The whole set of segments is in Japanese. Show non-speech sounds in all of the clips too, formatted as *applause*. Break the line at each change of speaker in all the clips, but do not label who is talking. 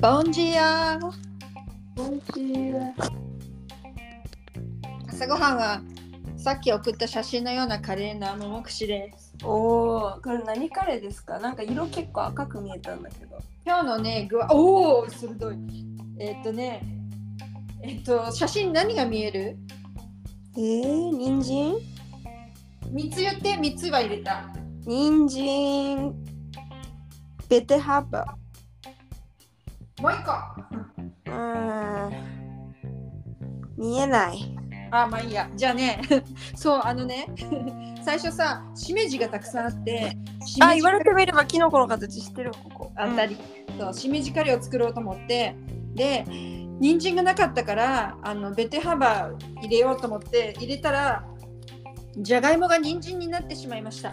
ボンジーア
こんにちは。
朝ごはんはさっき送った写真のようなカレーの桃串です。
おお、これ何カレーですか。なんか色結構赤く見えたんだけど。
今日のね、具は、おお、鋭い。えっとね、えっと、写真何が見える
ええー、人参。
?3 つ言って、3つは入れた。
人参。ベテハバ。
もう1個。あ
うーん。見えない。
ー、まあいいや。じゃあね、 *laughs* そう、あのね、 *laughs* 最初さ、しめじがたくさんあって、し
あ、
めじ
言われてみればキノコの形してるここ。
あったり、そうしめじカレーを作ろうと思ってで人参がなかったからあのベテハバ入れようと思って入れたらじゃがいもが人参になってしまいました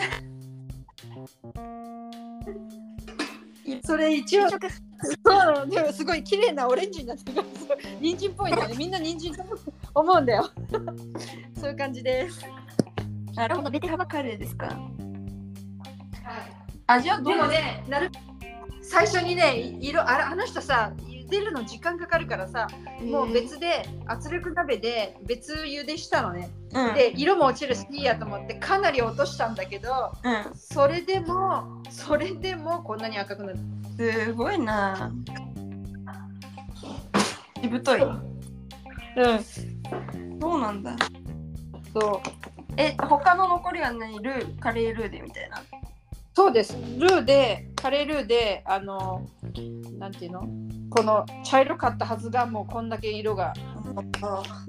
それ一応そうなのでもすごい綺麗なオレンジになってるからすごい人参っぽいんだよねみんな人参と思うんだよそういう感じです、
うん。なるほど、ベテハバカレーですか。
はい
味はど
で
う
もね、なる最初にね、い色あらあの人さ、茹でるの時間かかるからさ、もう別で圧力鍋で別茹でしたのね。
うん。
で、色も落ちるしいいやと思ってかなり落としたんだけど、
うん。
それでもそれでもこんなに赤くなる。
すごいな。しぶとい。
うん。
そうなんだ。
そう。
え、他の残りは何ルー、カレールーでみたいな。
そうです。ルーでカレールーであのなんていうの？この茶色かったはずがもうこんだけ色が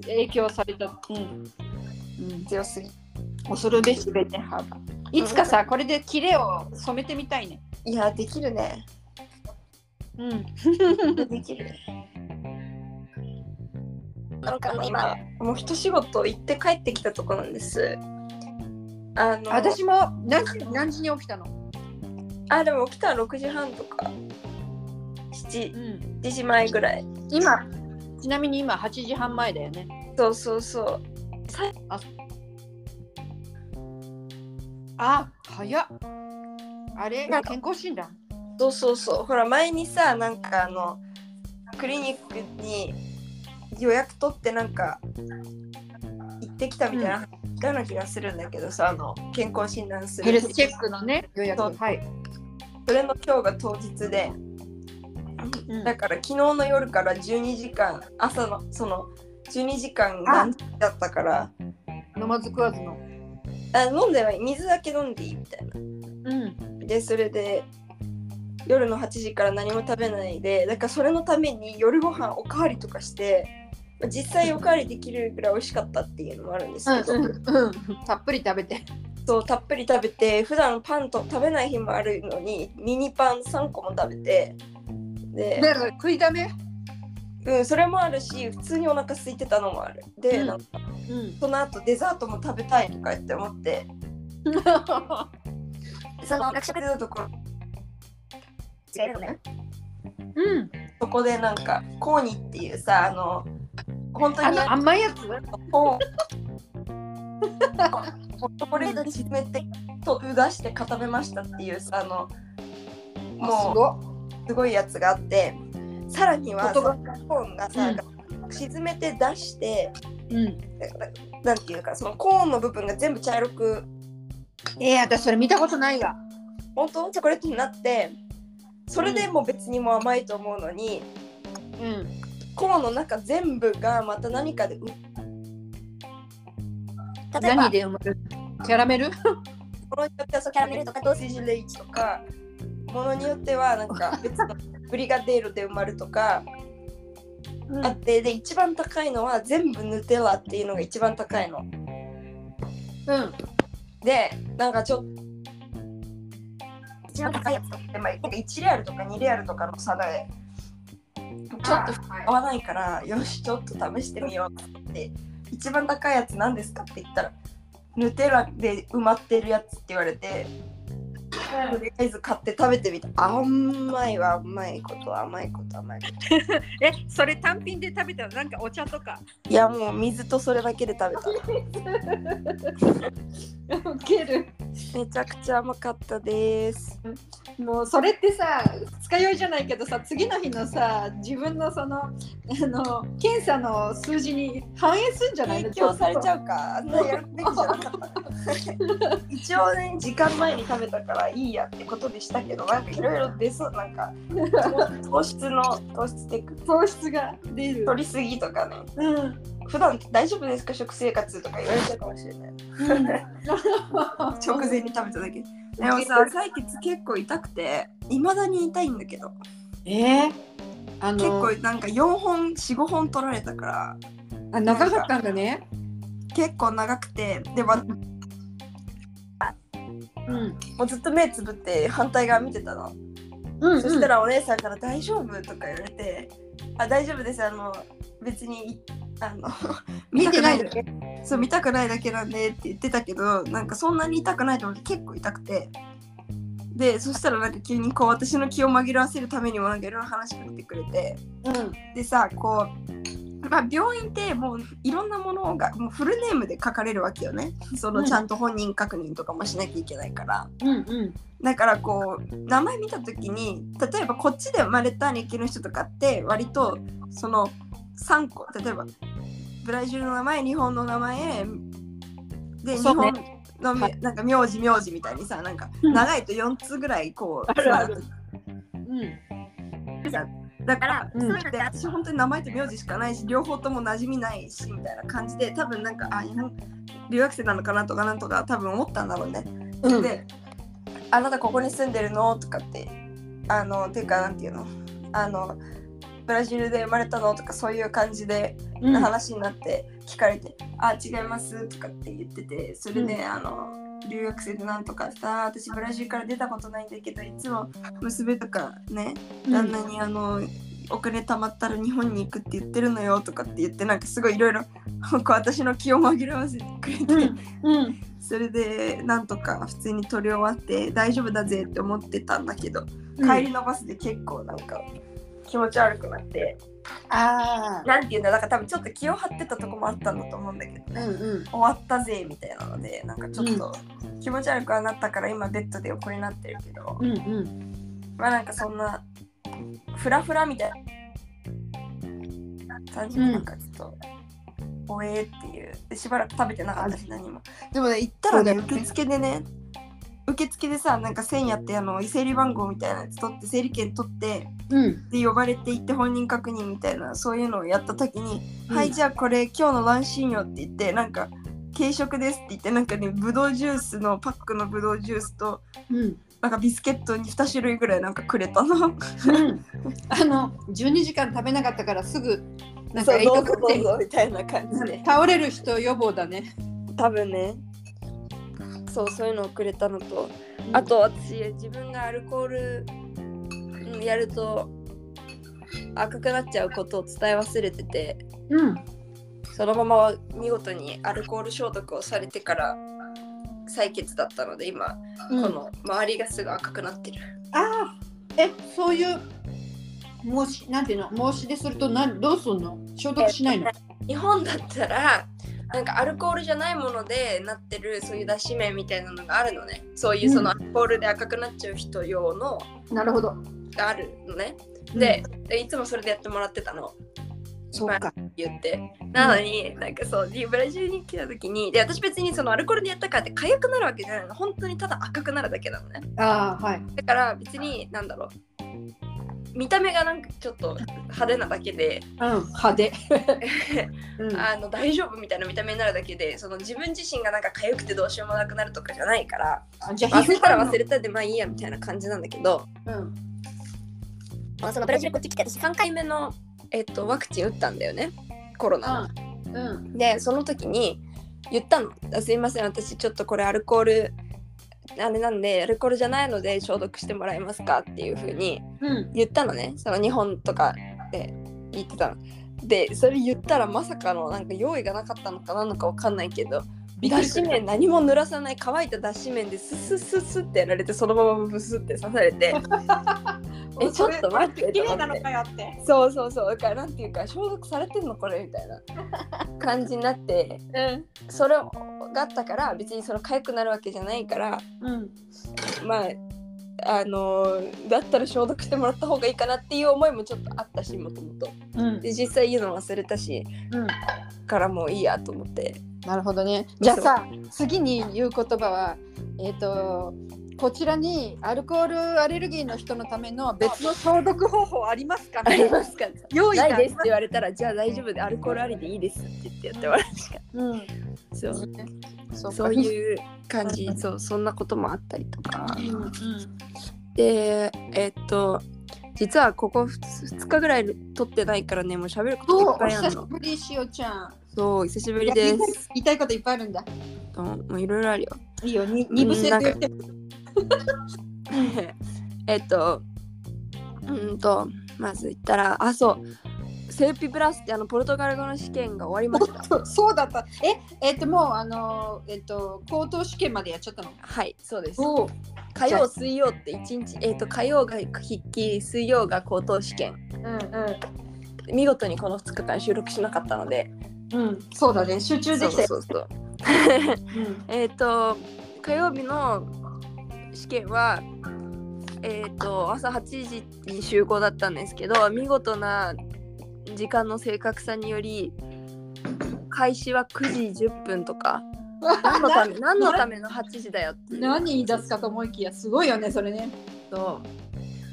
影響された。うん。うん、強すぎ。恐るべしベテハバ。いつかさ、これでキレを染めてみたいね。
いや、できるね。
うん。
できる。なんかもう今、もう一仕事行って帰ってきたとこなんです。あの、
私も何時何時に起きたの？
あ、でも起きたら6時半とか、7、
ん。
7時前ぐらい。
今、ちなみに今8時半前だよね。
そうそうそう。さ
あ、早っ。あれ
なんか
健康診断。
そうそうそう。ほら、前にさ、なんかあの、クリニックに予約取ってなんか、行ってきたみたいな、ような気がするんだけどさ、あの、健康診断する。
ヘルスチェックのね予約。
そう
はい。
それの今日が当日で
うん
だから昨日の夜から12時間朝のその12時間何時だったから
飲まず食わずの。
あ飲んでない水だけ飲んでいいみたいな
うん。
でそれで夜の8時から何も食べないでだからそれのために夜ご飯おかわりとかしてまあ実際おかわりできるぐらい美味しかったっていうのもあるんですけど、
うんうん。たっぷり食べて。
そうたっぷり食べて普段パンと食べない日もあるのにミニパン3個も食べてで
だから食いだめ。
うん、それもあるし普通にお腹空いてたのもあるで、
うん
なんか
*laughs* うん。
その後デザートも食べたいとか言って思ってその学食のところ
うん。
そこでなんかコーニっていうさあの本当
あ
に
の甘いやつ。
本をホットプレートに沈めてとう出して固めましたっていうさあの
あす
も
ごっ。
うすごいやつがあってさらには
言葉
そのコーンがさ、沈めて出して
うん。
なんていうかそのコーンの部分が全部茶色く
ええ私それ見たことないわ。
本当チョコレートになってそれでもう別にもう甘いと思うのに、
うん。
コーンの中全部がまた何かでう例えば
何で埋まる？キャラメル？
ものによってはそうキャラメルとかドーセージレイチとかものによってはなんか別のブリガデーロで埋まるとかあってで一番高いのは全部ヌテラっていうのが一番高いの
うん。
でなんかちょっと一番高いやつとかでまあなんか1レアルとか2レアルとかの差でちょっと合わないからよしちょっと試してみようと思って一番高いやつ何ですかって言ったらヌテラで埋まってるやつって言われてとりあえず買って食べてみた甘いは甘いこと甘いこと甘いこと
え、それ単品で食べたらなんかお茶とか。
いやもう水とそれだけで食べた
ウケる。
めちゃくちゃ甘かったです
もうそれってさ、二日酔いじゃないけどさ、次の日のさ、自分のその、あの、検査の数字に反映すんじゃない
影響されち
ゃ
ゃうかあんなやるべきじゃなかった一応ね時間前に食べたからいいやってことでしたけどなんかいろいろ出そうなんか糖質の糖質テク
う。糖質が出る。
取りすぎとかね
うん。
普段大丈夫ですか食生活とか言われちゃうかもしれない直前に食べただけでもさ採血結構痛くていまだに痛いんだけど
えー、あの
結構なんか4本45本取られたから
あ長かったんだね。
結構長くてでま
うん。
もうずっと目つぶって反対側見てたの、
うん、
そしたらお姉さんから「大丈夫?」とか言われて「あ大丈夫ですあの別にあ *laughs* の
見てない
だけそう見たくないだけなんで」って言ってたけどなんかそんなに痛くないと思って結構痛くてでそしたらなんか急にこう私の気を紛らわせるためにもなんかいろいろ話しかけてくれて
うん。
でさこう、まあ、病院ってもういろんなものがもうフルネームで書かれるわけよねそのちゃんと本人確認とかもしなきゃいけないから。
うんうん。
だからこう名前見た時に例えばこっちで生まれた日系の人とかって割とその3個例えばブラジルの名前日本の名前で日
そうね
本のみ、
は
なんか名字名字みたいにさなんか
うん
長いと4つぐらいこう
あるある
つなが
うん。
ってだから、
うん
そういうので私本当に名前と名字しかないし両方とも馴染みないしみたいな感じで多分なんかあ日本留学生なのかなとかなんとか多分思ったんだろうね。
うん。
で「あなたここに住んでるの?」とかってあのていうかなんていうのあのブラジルで生まれたのとかそういう感じで
うん
話になって聞かれて「あ違います」とかって言っててそれで、
う
あの留学生でなんとかさ私ブラジルから出たことないんだけどいつも娘とかね旦那にあの、お金貯まったら日本に行くって言ってるのよとかって言ってなんかすごいいろいろこう私の気を紛らわせてくれて、
うん。うん。
それでなんとか普通に取り終わって大丈夫だぜって思ってたんだけど、帰りのバスで結構なんか気持ち悪くなって
ああ。
なんていうんだだから多分ちょっと気を張ってたとこもあったんだと思うんだけど
うんうん。
終わったぜみたいなのでなんかちょっと気持ち悪くはなったから今ベッドで横になってるけど、
うんうん。
まあなんかそんなフラフラみたいな感じでなんかちょっと。おえーっていうでしばらく食べてなかったし何もでもね行ったらね
そうだよね
受付でね受付でさなんか線やってあの伊勢理番号みたいなやつ取って整理券取って
うん。
で呼ばれて行って本人確認みたいなそういうのをやった時に「
うん
はいじゃあこれ今日のワンシーンよ」って言ってなんか「軽食です」って言ってなんかねぶどうジュースのパックのぶどうジュースと
うん。
なんかビスケットに2種類ぐらいなんかくれたの。
うん。あの、12時間食べなかったからすぐ、なんか、
どうぞ
くって
どうぞみたいな感じで
倒れる人予防だね。
多分ねそうそういうのをくれたのとあと私自分がアルコールうんやると赤くなっちゃうことを伝え忘れてて
うん、
そのまま見事にアルコール消毒をされてから採血だったので今、
うん
この周りがすぐ赤くなってる
ああ、え、そういう、申し、なんていうの、申し出すると何、どうすんの消毒しないの
日本だったらなんかアルコールじゃないものでなってるそういう脱脂麺みたいなのがあるのねそういうそのアルコールで赤くなっちゃう人用の
なるほど。
があるのねで、でいつもそれでやってもらってたの
そうか。
言ってなのに、なんかそうでブラジルに来た時にで私別にそのアルコールでやったからって痒くなるわけじゃないの本当にただ赤くなるだけなのね
ああ、はい。
だから別になんだろう見た目がなんかちょっと派手なだけで、
うん、派手。うん、
あの大丈夫みたいな見た目になるだけでその自分自身がなんか痒くてどうしようもなくなるとかじゃないから
あじゃあ、
忘
皮
れ
膚科
た
ら
ら
忘
忘
れ
れたでまあいいやみたいな感じなんだけど
うん。
まあそのブラジルこっち来て私3回目の、えっと、ワクチン打ったんだよねコロナの。
うん。
でその時に言ったのあ「すいません私ちょっとこれアルコールあれなんでアルコールじゃないので消毒してもらえますか?」っていう風に
うん。
言ったのねその日本とかで言ってたの。でそれ言ったらまさかのなんか用意がなかったのかなのかわかんないけど
びっく
脱
りす
脂
る
麺何も濡らさない乾いた脱脂麺でスッスッスッスッってやられてそのままブスって刺され
*laughs*
てえちょっと待って
綺
と思
麗
って
なのかよって。
そうそうそうだからなんていうか消毒されてんのこれみたいな感じになって
う
それがあったから別にその痒くなるわけじゃないから
ん。うん。
まああのーだったら消毒してもらった方がいいかなっていう思いもちょっとあったしもともと
うん。
で実際言うの忘れたし
うん。
からもういいやと思って
なるほどね。じゃあさ、次に言う言葉は、えっ、と、こちらにアルコールアレルギーの人のための別の消毒方法ありますか
あり
ね
ますか
用意
な
が
いですって言われたらじゃあ大丈夫でアルコールありでいいですって言ってやってもらうしか
うん。
そう
そう
そう
う。
いう感じそうそんなこともあったりとか
うんうん。
でえっと実はここ2日ぐらい撮ってないからねもう喋ること
ど
いうっ
お
ぱいあ
久
る
し
の
ぶりしおちゃん。
そう久しぶり
い
で
や言い
す
たい言いたいこといっぱいあるんだ。
うんもういろいろあるよ
いいよ、に二部制と言って。
えっとうんとまず言ったらあそうセーピプラスってあのポルトガル語の試験が終わりました
そうそうだった。え、えっ、と、もう、あの、えっ、と、高等試験までやっちゃったの。
はいそうです
おお。
火曜水曜って一日えっ、と火曜が筆記水曜が高等試験
うんう
見事にこの2日間収録しなかったので
ん。うん、そうだね。集中できたよ。
そうそうそう
うん
えっ、と火曜日の試験はえっ、と朝8時に集合だったんですけど見事な時間の正確さにより開始は9時10分とか何のため何のための8時だよっていう
何言い出すかと思いきやすごいよねそれね。
そ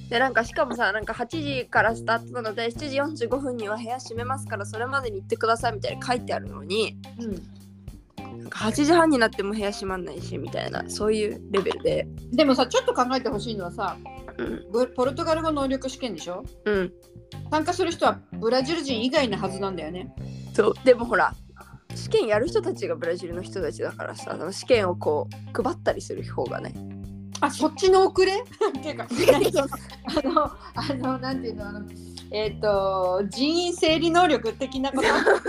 うでなんかしかもさなんか8時からスタートなので7時45分には部屋閉めますからそれまでに行ってくださいみたいに書いてあるのに
うん、
なんか8時半になっても部屋閉まんないしみたいなそういうレベルで
でもさちょっと考えてほしいのはさ
うん
ブポルトガル語能力試験でしょ
うん
参加する人はブラジル人以外のはずなんだよね。
そうでもほら試験やる人たちがブラジルの人たちだからさあの試験をこう配ったりする方がね
あそっちの遅れ *laughs* っていうかあのあのなんていうのあのえっ、と人員整理能力的なこと *laughs*
な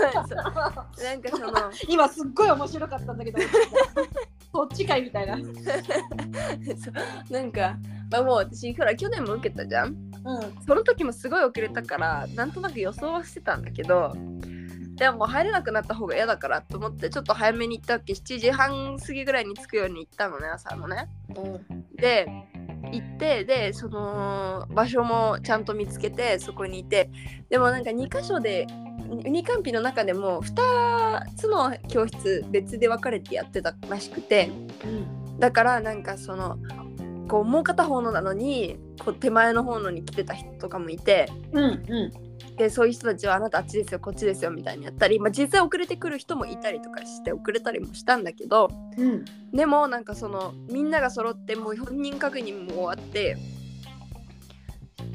んかその
今すっごい面白かったんだけど *laughs* そっちかいみたいな。うん
そうなんか、まあ、もう私ほら去年も受けたじゃんその時もすごい遅れたからなんとなく予想はしてたんだけどでももう入れなくなった方が嫌だからと思ってちょっと早めに行ったわけ7時半過ぎぐらいに着くように行ったのね朝のねで行ってでその場所もちゃんと見つけてそこにいてでもなんか2箇所で2カンピの中でも2つの教室別で分かれてやってたらしくて
うん
だからなんかそのこうもう片方のなのにこう手前の方のに来てた人とかもいて
うんうん
でそういう人たちはあなたあっちですよこっちですよみたいにやったり、まあ、実際遅れてくる人もいたりとかして遅れたりもしたんだけど
うん
でもなんかそのみんなが揃ってもう本人確認も終わって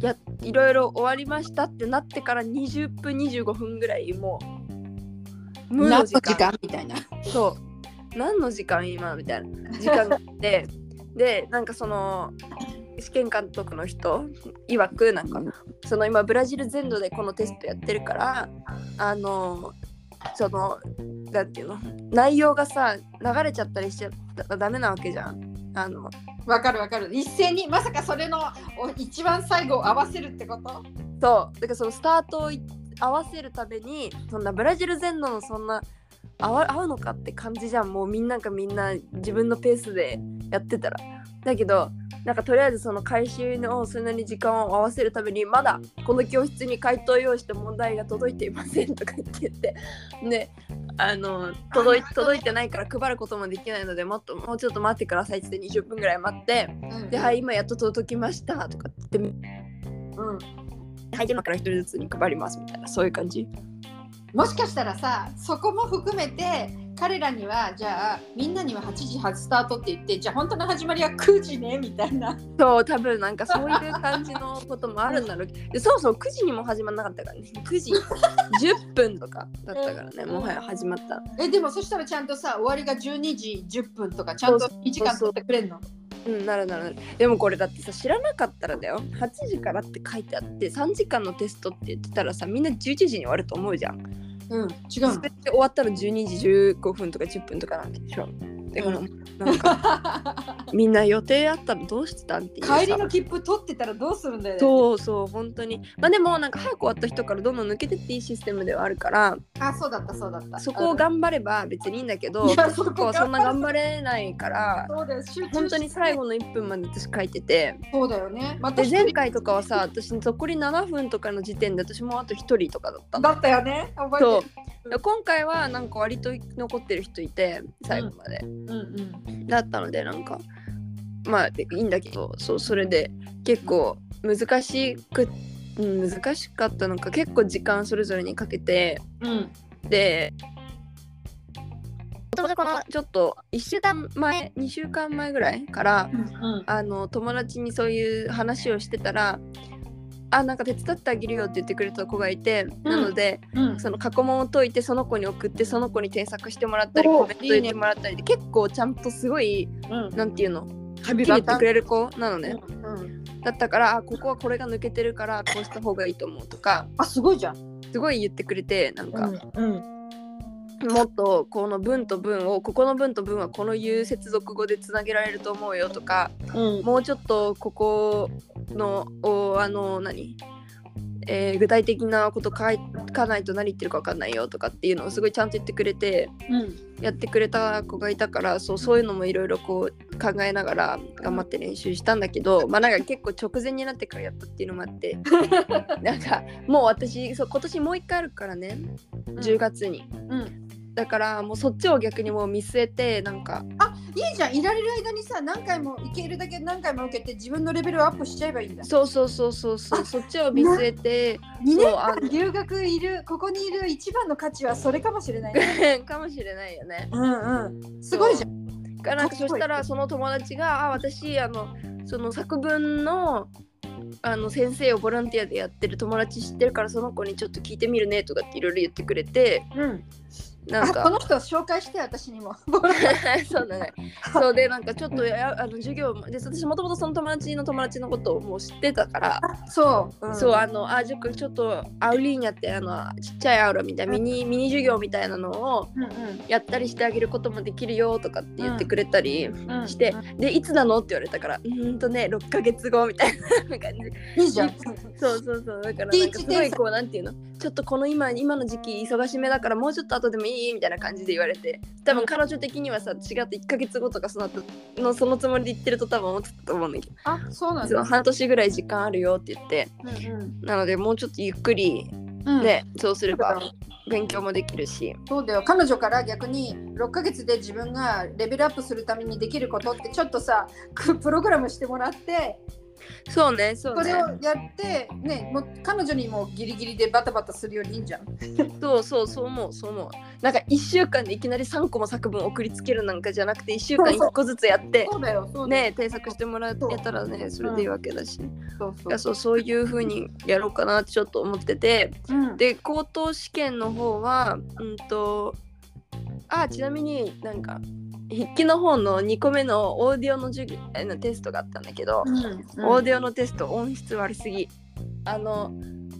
やいろいろ終わりましたってなってから20分25分ぐらいもう無の
何
時
の時
間
間みたいな。
そう何の時間今みたいな時間があってでなんかその試験監督の人曰くなんかその今ブラジル全土でこのテストやってるからあのそのなんていうの内容がさ流れちゃったりしちゃったらダメなわけじゃんあの
わかるわかる。一斉にまさかそれのお一番最後を合わせるってこと
そうだからそのスタートをい合わせるためにそんなブラジル全土のそんな合わ合うのかって感じじゃんもうみんながみんな自分のペースでやってたらだけどなんかとりあえずその回収のそんなに時間を合わせるためにまだこの教室に回答用意して問題が届いていませんとか言っててであの届い届いてないから配ることもできないのでもっともうちょっと待ってくださいって言って20分ぐらい待ってで「はい今やっと届きました」とかって言って
うん、
はい、今から一人ずつに配りますみたいな、そういう感じ。
もしかしたらさそこも含めて彼らにはじゃあみんなには8時発スタートって言ってじゃあ本当の始まりは9時ねみたいな。
そう、多分なんかそういう感じのこともあるんだろうけど、でそもそも9時にも始まんなかったからね、9時10分とかだったからね、もはや始まった。
えでもそしたらちゃんとさ終わりが12時10分とかちゃんと
そう
2時間取ってくれんの
うん、なるなるなる。でもこれだってさ、知らなかったらだよ、8時からって書いてあって、3時間のテストって言ってたらさ、みんな11時に終わると思うじゃん。
うん。
違う
それで終わったら12時15分とか10分とかなんでしょだから、
う
なんかみんな予定あったらどうしてたんっていう
*laughs*
さ
帰りの切符取ってたらどうするんだよね。
そうそう本当にまあでもなんか早く終わった人からどんどん抜けてっていいシステムではあるから
あ、そうだった、そうだった。
そこを頑張れば別にいいんだけど
いや
そこはそんな頑張れないから
そうだよ、集中し
本当に最後の1分まで私書いてて
そうだよね。また
で
一人
前回とかはさ私残り7分とかの時点で私もうあと1人とかだったの
だったよね。覚えてる。
そう今回はなんか割と残ってる人いて最後まで、
うんうん。
だったのでなんかまあいいんだけどそうそれで結構難しくうん難しかったのか結構時間それぞれにかけて
うん。
でちょっと1週間前2週間前ぐらいから
うん。
あの友達にそういう話をしてたら「あなんか手伝ってあげるよ」って言ってくれた子がいて、なので
うん。
その過去問を解いてその子に送ってその子に添削してもらったり
お
コ
ー
メント
い
入
い
れ
ね
てもらったりで結構ちゃんとすごい
うん。
なんていうのはっきり
バタ
言ってくれる子なのね、
うん。
だったからあここはこれが抜けてるからこうした方がいいと思うとか
あ、すごいじゃん。
すごい言ってくれてなんか、
うん。
もっとこの文と文をここの文と文はこのいう接続語でつなげられると思うよとか
うん。
もうちょっとここのおあの何えー具体的なこと書い書かないと何言ってるか分かんないよとかっていうのをすごいちゃんと言ってくれて
うん。
やってくれた子がいたからそうそういうのもいろいろこう考えながら頑張って練習したんだけどまあなんか結構直前になってからやったっていうのもあってなんかもう私そう今年もう一回あるからね10月に、
うん。
だからもうそっちを逆にもう見据えてなんか
あ、いいじゃん。いられる間にさ、何回もいけるだけ何回も受けて自分のレベルをアップしちゃえばいいんだ。
そうそうそうそうそうそっちを見据えて
2
そう
年
あ
間留学いるここにいる一番の価値はそれかもしれない、ね。
の *laughs* かもしれないよね。
うんうん。すごいじゃん。
がなんか
か
そ
っこい
し
い
たらその友達が「あ私あのその作文のあの先生をボランティアでやってる友達知ってるからその子にちょっと聞いてみるね」とかっていろいろ言ってくれて
うん。
な
あ、
ん
こ
か
の人紹介して私にも。
*laughs* そうだねそうでなんかちょっとやあの授業もで私もともとその友達の友達のことをもう知ってたから
そう。うん
そうあのあじゃあちょっとアウリーニャってあのちっちゃいアウラみたいなミニミニ授業みたいなのを
うんうん
やったりしてあげることもできるよとかって言ってくれたり
うん
して、でいつなのって言われたからうーんとね6ヶ月後みたいな *laughs* 感じ
いいじゃん。
そうそうそうだから
ピ
な
ー
んか
チ天
すご
才
いこうなんていうのちょっとこの今今の時期忙しめだからもうちょっと後でもいいみたいな感じで言われて多分彼女的にはさ違って1ヶ月後とかその後のそのつもりで言ってると多分思ってたと思うんだけど
あ、そうなん
そ
だ
う。半年ぐらい時間あるよって言って
うん
なのでもうちょっとゆっくり
うん。
ね、そうすれ
だか
ば
ら
勉強もできるし
そうだよ彼女から逆に6ヶ月で自分がレベルアップするためにできることってちょっとさくプログラムしてもらって
そうねそ
こ
う
れ
ね
をやってねもう彼女にもギリギリでバタバタするよりいいんじゃん。
そうそうそう思うそう思うなんか1週間でいきなり3個も作文送りつけるなんかじゃなくて1週間
そうそう
1個ずつやって
そうだよそうだよ。
ね添削してもらえ
そう
たらねそれでいいわけだし、
そうそ
いやそうそういう風にやろうかなってちょっと思ってて
う。うん
で高等試験の方はうんとあちなみになんか筆記の方の2個目のオーディオの授業えのテストがあったんだけど、
うん
オーディオのテスト音質悪すぎあの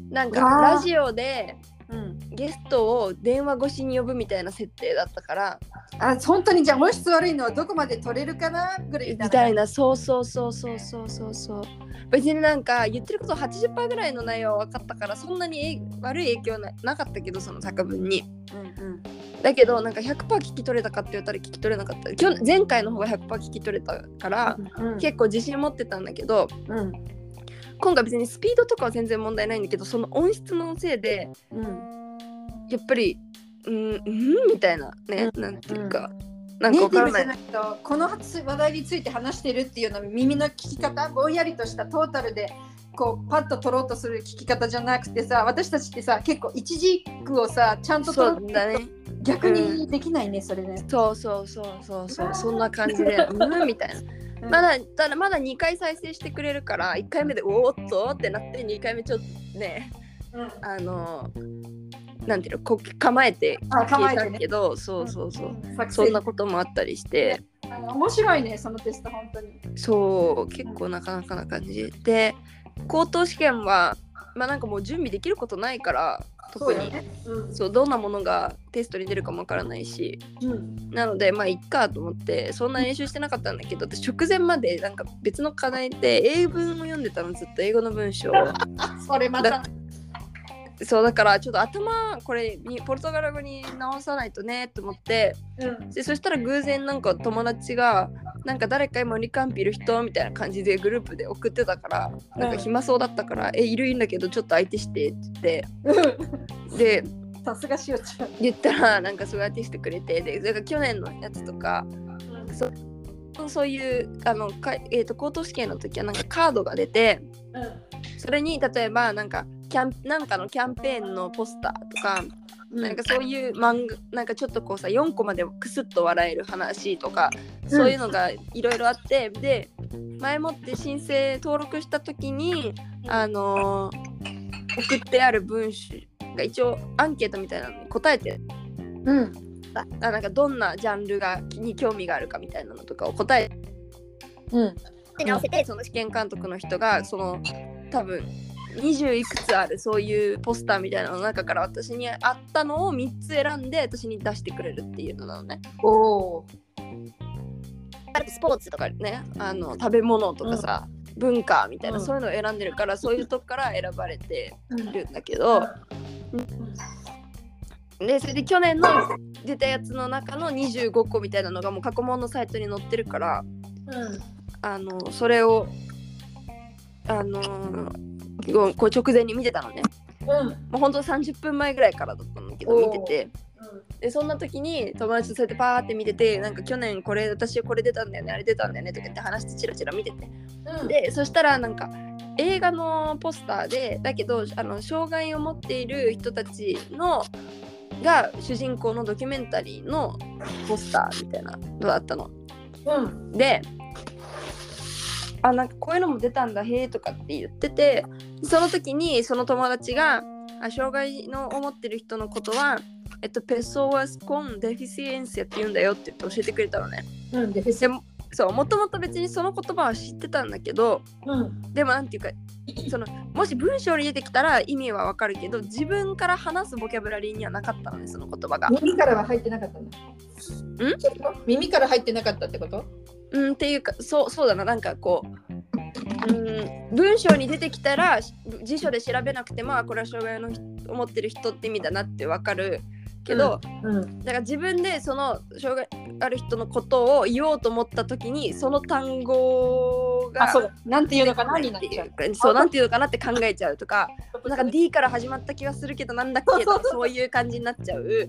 なんか
うわー
ラジオで
うん
ゲストを電話越しに呼ぶみたいな設定だったから
あ本当にじゃあ音質悪いのはどこまで取れるかなぐらい
み
だ
たいなそうそうそうそうそうそうそう別になんか言ってること80%ぐらいの内容は分かったからそんなにえ悪い影響ななかったけどその作文に
うん
だけどなんか100%聞き取れたかって言ったら聞き取れなかった去年前回の方が100%聞き取れたから
うん
結構自信持ってたんだけど
うん
今回別にスピードとかは全然問題ないんだけどその音質のせいで
うん
やっぱりうんうんみたいなね、
う
なんていうか、な
ネ
んか
イ
わ
ティブ
から
じゃ
ない
ないとこの話題について話してるっていうのは耳の聞き方ぼんやりとしたトータルでこうパッと取ろうとする聞き方じゃなくてさ私たちってさ結構一軸をさちゃんと
そ
取
うだね
逆にできないねそれね。
そうそうそうそうそうそんな感 *laughs* じでうんみたいなま
だ
だただまだ2回再生してくれるから1回目でおーっとってなって2回目ちょっとねあのなんていうのこう構えて
あ構
消
え
え
て
た
ね
けど、そうそうそう、
作
そん
戦
なこともあったりして
面白いねそのテスト本当に。
そう結構なかなかな感じで高等試験はまあなんかもう準備できることないから
そ
特
う
に
よねうん
そうどんなものがテストに出るかもわからないし
うん
なのでまあいっかと思ってそんな練習してなかったんだけど私直前までなんか別の課題で英文を読んでたのずっと英語の文章
それまた
そうだからちょっと頭これにポルトガル語に直さないとねと思って
うん
でそしたら偶然なんか友達がなんか誰か今リカンピいる人みたいな感じでグループで送ってたからなんか暇そうだったから「えいるいるんだけどちょっと相手して」って言ってで
さすがしおちゃん
言ったらなんかすごい相手してくれてでなんか去年のやつとかそういうあのか、えー、と高等試験の時はなんかカードが出てそれに例えばなんかキャンなんかのキャンペーンのポスターとかなんかそういう漫画なんかちょっとこうさ4個までクスッと笑える話とかそういうのがいろいろあって、で前もって申請登録した時にあのー送ってある文集が一応アンケートみたいなのに答えて
うん
あなんかどんなジャンルがに興味があるかみたいなのとかを答え
うん
で直せてその試験監督の人がその多分20いくつあるそういうポスターみたいなのの中から私にあったのを3つ選んで私に出してくれるっていうのなのね。
おお
スポーツとかねあの食べ物とかさ、文化みたいな、
うん
そういうのを選んでるからそういうとこから選ばれてるんだけど、でそれで去年の出たやつの中の25個みたいなのがもう過去問のサイトに載ってるから。あのそれをあのーこう直前に見てたのね
うん
もうほんと30分前ぐらいからだったんだけど
お
見
ー
ててでそんな時に友達とそうやってパーって見ててなんか去年これ私これ出たんだよねあれ出たんだよねとかって話してチラチラ見てて
うん
でそしたらなんか映画のポスターでだけどあの障害を持っている人たちのが主人公のドキュメンタリーのポスターみたいなのだったの。
うん
であなんかこういうのも出たんだへーとかって言っててその時にその友達があ障害の思ってる人のことはえっとペソワスコンデフィシエンシアって言うんだよって言って教えてくれたのね
うんでフェス
でもそうもともと別にその言葉は知ってたんだけど
うん
でもなんていうかそのもし文章に出てきたら意味はわかるけど自分から話すボキャブラリーにはなかったのねその言葉が
耳からは入ってなかったんだ
ん
そういうこと耳から入ってなかったってこと
うんっていうかそうそうだななんかこう、うん、文章に出てきたらし辞書で調べなくてもあこれは障害の人思ってる人って意味だなってわかるけど、
うん
だから自分でその障害ある人のことを言おうと思った時にその単語が
あそうだなんていうのかな
何
に
っ
なってち
い
ゃ
うかそうなんていうのかなって考えちゃうとか
う
なんか D から始まった気がするけどなんだっけとかそういう感じになっちゃう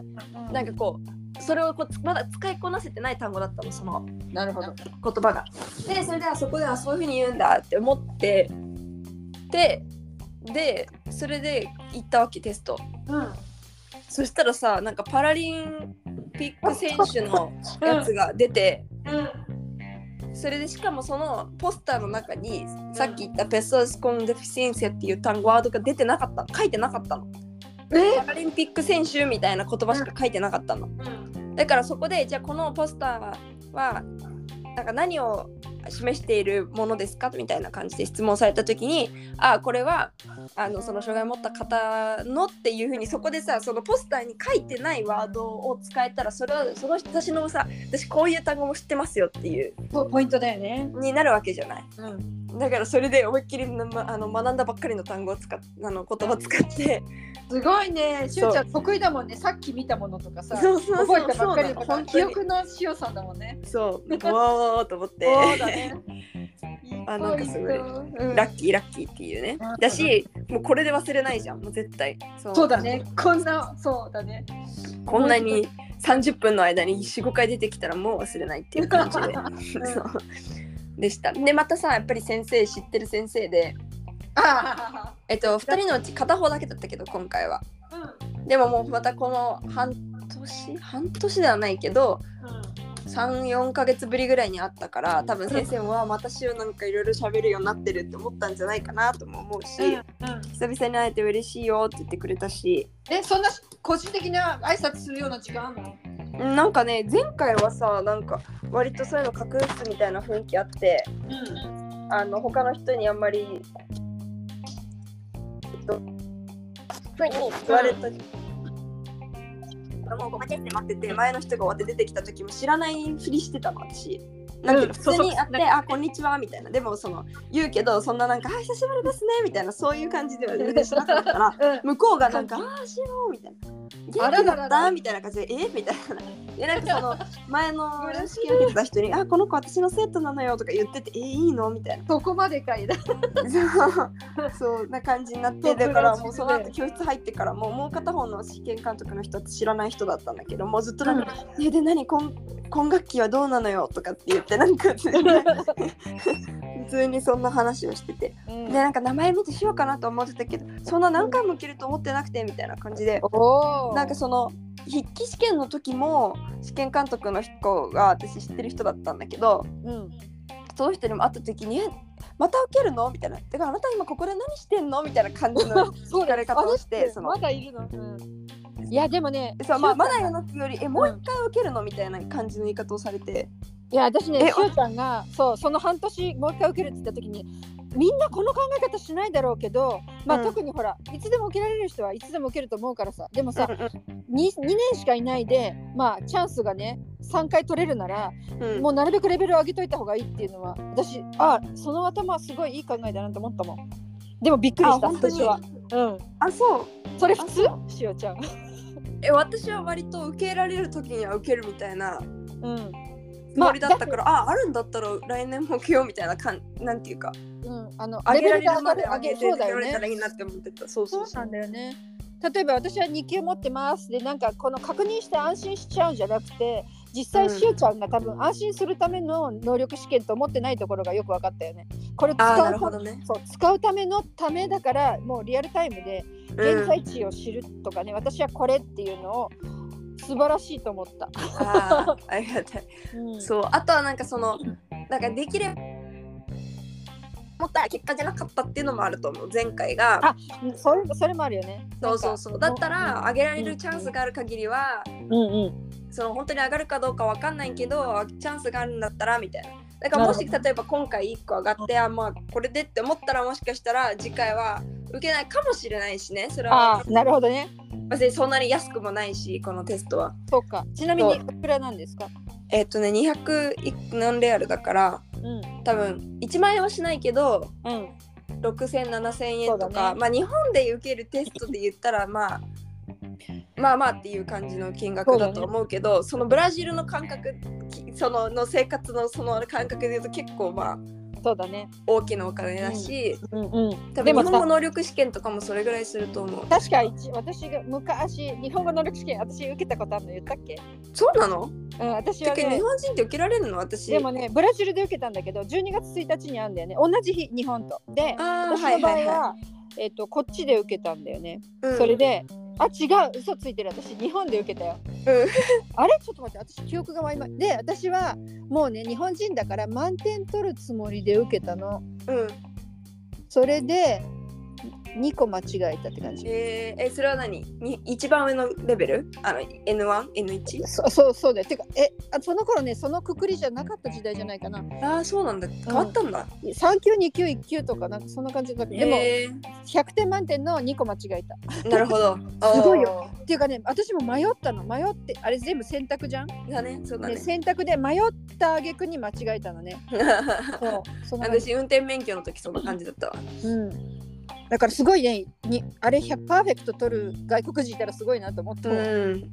なんかこうそれをこうつまだ使いこなせてない単語だったのその
なるほど
言葉が。でそれであそこであそういうふうに言うんだって思ってででそれで行ったわけテスト
うん
そしたらさなんかパラリンピック選手のやつが出て、それでしかもそのポスターの中にさっき言った「ペソスコンデフィシエンセ」っていう単語ワードが出てなかったの書いてなかったの。
え
パラリンピック選手みたいな言葉しか書いてなかったの。だからそこでじゃあこのポスターははなんか何を示しているものですかみたいな感じで質問された時にあこれはあのその障害を持った方のっていうふうにそこでさそのポスターに書いてないワードを使えたらそれはその人私のさ私こういう単語も知ってますよっていう
そうポイントだよね
になるわけじゃない
うん
だからそれで思いっきりな、ま、あの学んだばっかりの単語を使っあの言葉を使って
すごいねしおちゃん得意だもんねさっき見たものとかさ
そうそうそう
覚えたばっかり
そう
だ
な
か
の本
ら
当
記
に
憶のしおさんだもんね
そうボワーと思って
そうだね
あなんかすごい
うん
ラッキーラッキーっていうね
うん。
だし、もうこれで忘れないじゃん、もう絶対。そう
そうだねこんなそうだね
こんなに30分の間に4、5回出てきたらもう忘れないっていう感じで。
*laughs*
そうでした。で、またさ、やっぱり先生、知ってる先生で、
あ
えっと、2人のうち片方だけだったけど、今回は。
あうん
でももうまたこの半年、半年ではないけど、3、4ヶ月ぶりぐらいに会ったから、多分先生はまた週なんかいろいろ喋るようになってるって思ったんじゃないかなとも思うし、
うん
久々に会えて嬉しいよって言ってくれたし、
えそんな個人的な挨拶するような時間あるの
うんなんかね前回はさなんか割とそういうの隠すみたいな雰囲気あって
うん
あの他の人にあんまり、えっとふうに言われた、もうごめんって待ってて前の人が終わって出てきた時も知らないふりしてたの私なんか
うん
普通に会っ
そう
て
そ
「あこんにちは」みたいなでもその言うけどそんななんか「あ久しぶりですね」みたいなそういう感じでは全然しなかったから
うん
向こうがなんか「ああしろ」みたいな「
あ
元
らら
気だ
ら
った?」みたいな感じで「えみたいな。でなんかその前の俺を引き受けてた人に「あこの子私の生徒なのよ」とか言ってて「えいいの?」みたいな
そこまでかいな。
そうそうな感じになって
そう
だから
プラスで
もうその後教室入ってからもうもう片方の試験監督の人って知らない人だったんだけどもうずっとなんか「えで何今今学期はどうなのよ」とかって言ってなんか
*laughs*
普通にそんな話をしてて
う
で
ん
なんか名前見てしようかなと思ってたけどそんな何回も受けると思ってなくてみたいな感じで
おお。
なんかその筆記試験の時も試験監督の人が私知ってる人だったんだけど、
うん。
その人にも会った時にえ「また受けるの?」みたいな「だからあなた今ここで何してんの?」みたいな感じ
*laughs*
の聞かれ方をしてその
まだいるの。うんいやでもね、
そう、まあ、
しゅ
まだやなっていうより「えもう一回受けるの?」みたいな感じの言い方をされて
いや私
え
ね、しおちゃんがそうその半年もう一回受けるって言った時に。みんなこの考え方しないだろうけど、まあ、
うん
特にほら、いつでも受けられる人はいつでも受けると思うからさでもさ
さ、う
2, 2年しかいないで、まあ、チャンスがね3回取れるなら
ん
もうなるべくレベルを上げといた方がいいっていうのは私あその頭はすごいいい考えだなと思ったもんでもびっくりした
あ本当
私
に
は、うん、
あそう
それ普通しおちゃん、
え私は割と受けられる時には受けるみたいな
うん
つもりだったから、ああるんだったら来年も受けようみたいなかんなんていうか
うん、あの
上げられ
が
るまで上
上
げ
げ
て
そうだ
ら
よ
れた
ね
らいいなって思ってたそうそ
そうう
そ
な
うん
だよね例えば私は2級持ってますでなんかこの確認して安心しちゃうんじゃなくて実
う
際
ん
しおちゃんが多分安心するための能力試験と思ってないところがよく分かったよねこれ
あ
使
ーなる
う
ほ
た
どね
そう使うためのためだからもうリアルタイムで現在地を知るとかね、私はこれっていうのを素晴らしいと思った。
うん、あーありがたい
そ
そうあとはなんかそのなんかできれば思った結果じゃなかったっていうのもあると思う前回が
あうんそれそれもあるよね。
そうそうそうだったら上げられるチャンスがある限りは
うんうん
その本当に上がるかどうかわかんないけどチャンスがあるんだったらみたいなだからもし例えば今回1個上がってあまあこれでって思ったらもしかしたら次回は受けないかもしれないしねそれ
あ
は
あなるほどね。
別にそんなに安くもないしこのテストは
そうか。ちなみにいくらなんですか。
えっ、とね200い何レアルだから
うん
多分1万円はしないけど
うん
60007000円と
そう
か、
だね
まあ日本で受けるテストで言ったらまあまあまあっていう感じの金額だと思うけどそのブラジルの感覚きそのの生活のその感覚で言うと結構まあ
そうだね。
大きなお金だし、
うんうん。
多
でも
分日本語
さ
能力試験とかもそれぐらいすると思う
確か一私が昔日本語能力試験私受けたことあるの言ったっけ。
そうなの
うん私
だ
は
けど日
ね。
本人って受けられるの私
でもねブラジルで受けたんだけど12月1日にあるんだよね同じ日日本と。で
あー
私
は
の
い
場合
はいは
はえっとこっちで受けたんだよね。
い、うん
それで、あ違う嘘ついてる私日本で受けたよ、
うん
あれち *laughs* ょっと待って私記憶が曖昧で私はもうね日本人だから満点取るつもりで受けたの
うん
それで2個間違えたって感じ
えーえそれは何に一番上のレベルあの N1?N1?
そそうそうだよてかえあその頃ねそのくくりじゃなかった時代じゃないかな
ああそうなんだ変わったんだ、
3級2級1級とかなんかそんな感じだったでも
え
100点満点の2個間違えた
ーなるほど
*laughs* すごいよっていうかね私も迷ったの迷ってあれ全部選択じゃん、
だね、そうだね
で。
*laughs*
選択で迷った挙句に間違えたのねそうそんな感じ
私運転免許の時そんな感じだったわ。
うん、だからすごいねにあれ100パーフェクト取る外国人いたらすごいなと思った、
んうん。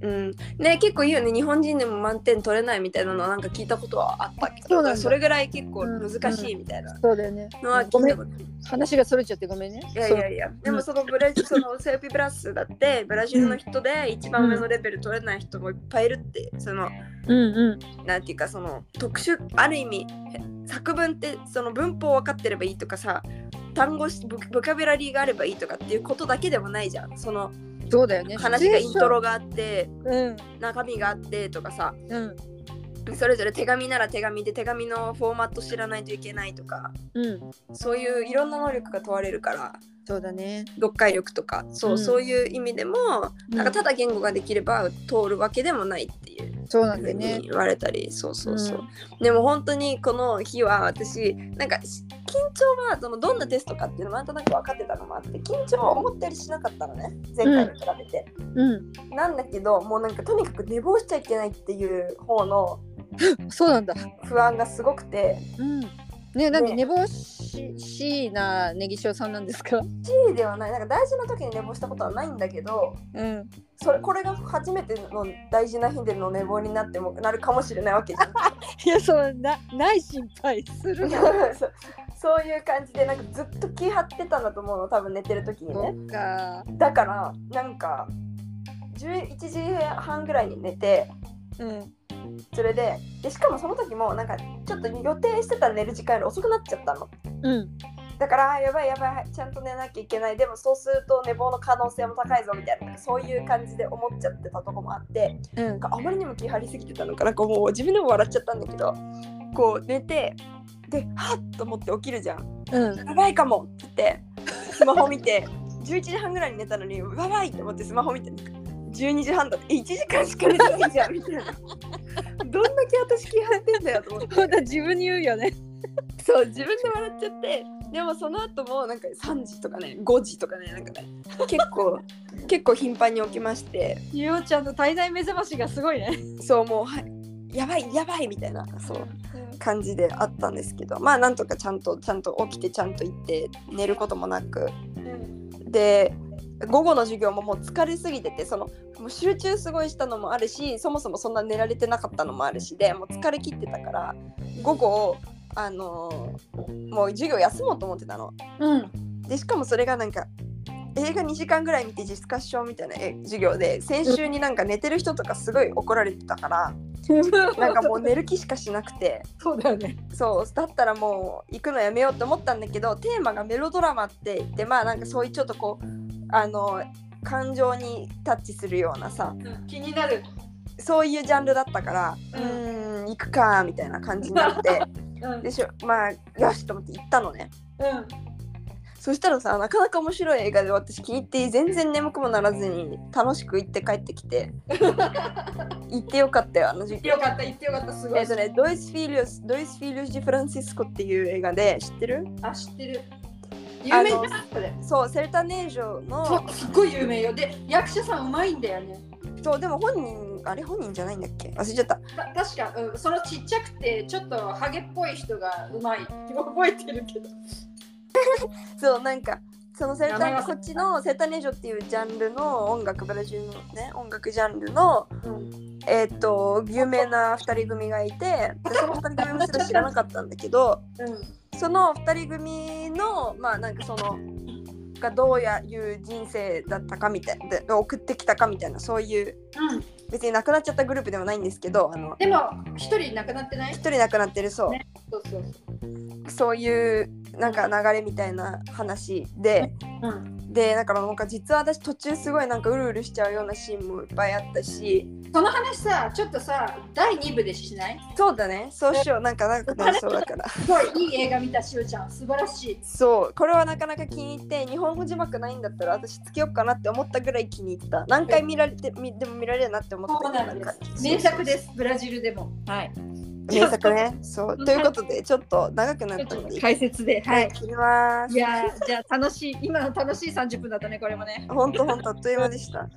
ね結構いいよね日本人でも満点取れないみたいなのなんか聞いたことはあったけど、
そうなんだ
それぐらい結構難しいみたいな
そうだよね
のは聞い
ごめ
た
ん
こと。
話がそれちゃってごめんね
いやいやいや。でもそのブラジルそのセルピブラスだってブラジルの人で一番上のレベル取れない人もいっぱいいるってその
そううんうん
なんていうかその特殊ある意味作文ってその文法分かってればいいとかさ単語しボボキャブラリーがあればいいとかっていうことだけでもないじゃんその
そうだよね
話がイントロがあって
うん
中身があってとかさ
うん
それぞれ手紙なら手紙で手紙のフォーマット知らないといけないとか
うん
そういういろんな能力が問われるから
そうだね
読解力とかそう,、
うん
そういう意味でもなんかただ言語ができれば通るわけでもないっていう
そうな
ふ
ん
う
でね
に。言われたりそうそうそう、
うん
でも本当にこの日は私なんかし緊張はそのどんなテストかっていうのもなんとなく分かってたのもあって緊張は思ったよりしなかったのね前回に比べて、
うん。
なんだけどもうなんかとにかく寝坊しちゃいけないっていう方の
そうなんだ。
不安がすごくて
うん。ね、なんで
ね
寝坊し、しなネギ塩さんなんですか。
T ではないなんか大事な時に寝坊したことはないんだけど
うん。
それこれが初めての大事な日での寝坊になってもなるかもしれないわけじゃん
いや、そう、な、ない心配するな。
*laughs* そうそういう感じでなんかずっと気張ってたんだと思うの多分寝てる時にね
っか。
だからなんか11時半ぐらいに寝て
うん。
それででしかもその時もなんかちょっと予定してた寝る時間より遅くなっちゃったの
うん。
だからあーやばいやばいちゃんと寝なきゃいけないでもそうすると寝坊の可能性も高いぞみたいなそういう感じで思っちゃってたとこもあって
う
なん
ん。
かあまりにも気張りすぎてたのかなんかもう自分でも笑っちゃったんだけどこう寝てではっと思って起きるじゃん
うん。
やばいかもって言ってスマホ見て11時半ぐらいに寝たのにやばいと思ってスマホ見て12時半だって1時間しか寝てないじゃんみたいなどんだけ私気張ってんだよと思 *laughs* って
そうだ、自分に言うよね。
そう自分で笑っちゃってでもその後もなんか3時とかね5時とかねなんかね結構結構頻繁に起きまして
ゆおちゃんの体内目覚ましがすごいね。
そうもうはいやばいやばいみたいなそう感じであったんですけどまあなんとかちゃんとちゃんと起きてちゃんと行って寝ることもなくで午後の授業ももう疲れすぎててそのもう集中すごいしたのもあるしそもそもそんな寝られてなかったのもあるしでもう疲れ切ってたから午後あのーもう授業休もうと思ってたの。
うん。
でしかもそれがなんか映画2時間ぐらい見てディスカッションみたいなえ授業で先週になんか寝てる人とかすごい怒られてたから *laughs* なんかもう寝る気しかしなくて。
そうだよね。
そうだったらもう行くのやめようって思ったんだけどテーマがメロドラマって言ってまあなんかそういうちょっとこうあの感情にタッチするようなさ
気になる。
そういうジャンルだったからう
うん
ーん行くかみたいな感じになって *laughs*
うん
でしょまあよしと思って行ったのね
うん。
そしたらさなかなか面白い映画で私気に入って全然眠くもならずに楽しく行って帰って
*laughs*
きて行ってよかったよあの授業
よかった、言ってよかった、すご
え
い
っ。とねドイスフィリオス・ドイスフィリオス・ジ・フランシスコっていう映画で知ってる
あ、知ってる。
あ
有名
の
ですそれ。
そうセルタネージョの
そう、すっごい有名よ。で、役者さんうまいんだよね。
そうでも本人あれ本人じゃないんだっけ忘れちゃった
た確か、うん、そのちっちゃくて、ちょっとハゲっぽい人がうまい。覚えてるけど。
そうなんかそのセル
名前忘
タ
れ
こ
た
っちのセルタネージョっていうジャンルの音楽ブラジルのね音楽ジャンルの
うん。
えっ、と有名な2人組がいてでその2人組もすら知らなかったんだけど *laughs* その2人組のまあなんかそのがどうやいう人生だったかみたいなで送ってきたかみたいなそういう
うん。
別に亡くなっちゃったグループではないんですけどあの
でも、一人亡くなってない
1人亡くなってるそう、
ねそうそう
そういうなんか流れみたいな話で、
そう。うん。
でだからなんか実は私途中すごいなんかうるうるしちゃうようなシーンもいっぱいあったし
その話さ、ちょっとさ、第2部でしない
そうだねそうしようなんかなんかねそうだ
*laughs*
から
すごいいい映画見たしおちゃん、素晴らしい。
そうこれはなかなか気に入って日本語字幕ないんだったら私つけようかなって思ったぐらい気に入った何回見られてみでも見られるなって思った
そうなん
か
です。名作です、ブラジルでも。はい。
名作ねそうということでちょっと長くなったので
解説で、
は
はいい。
切りま
い
す
やーじゃあ楽しい、今の楽しい30分だったね、これもね。
ほんとほんとあっという間
*laughs*
でした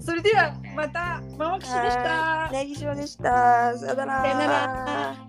それではまた、ママクシでした。
ネギ塩でしたさよなら
さよなら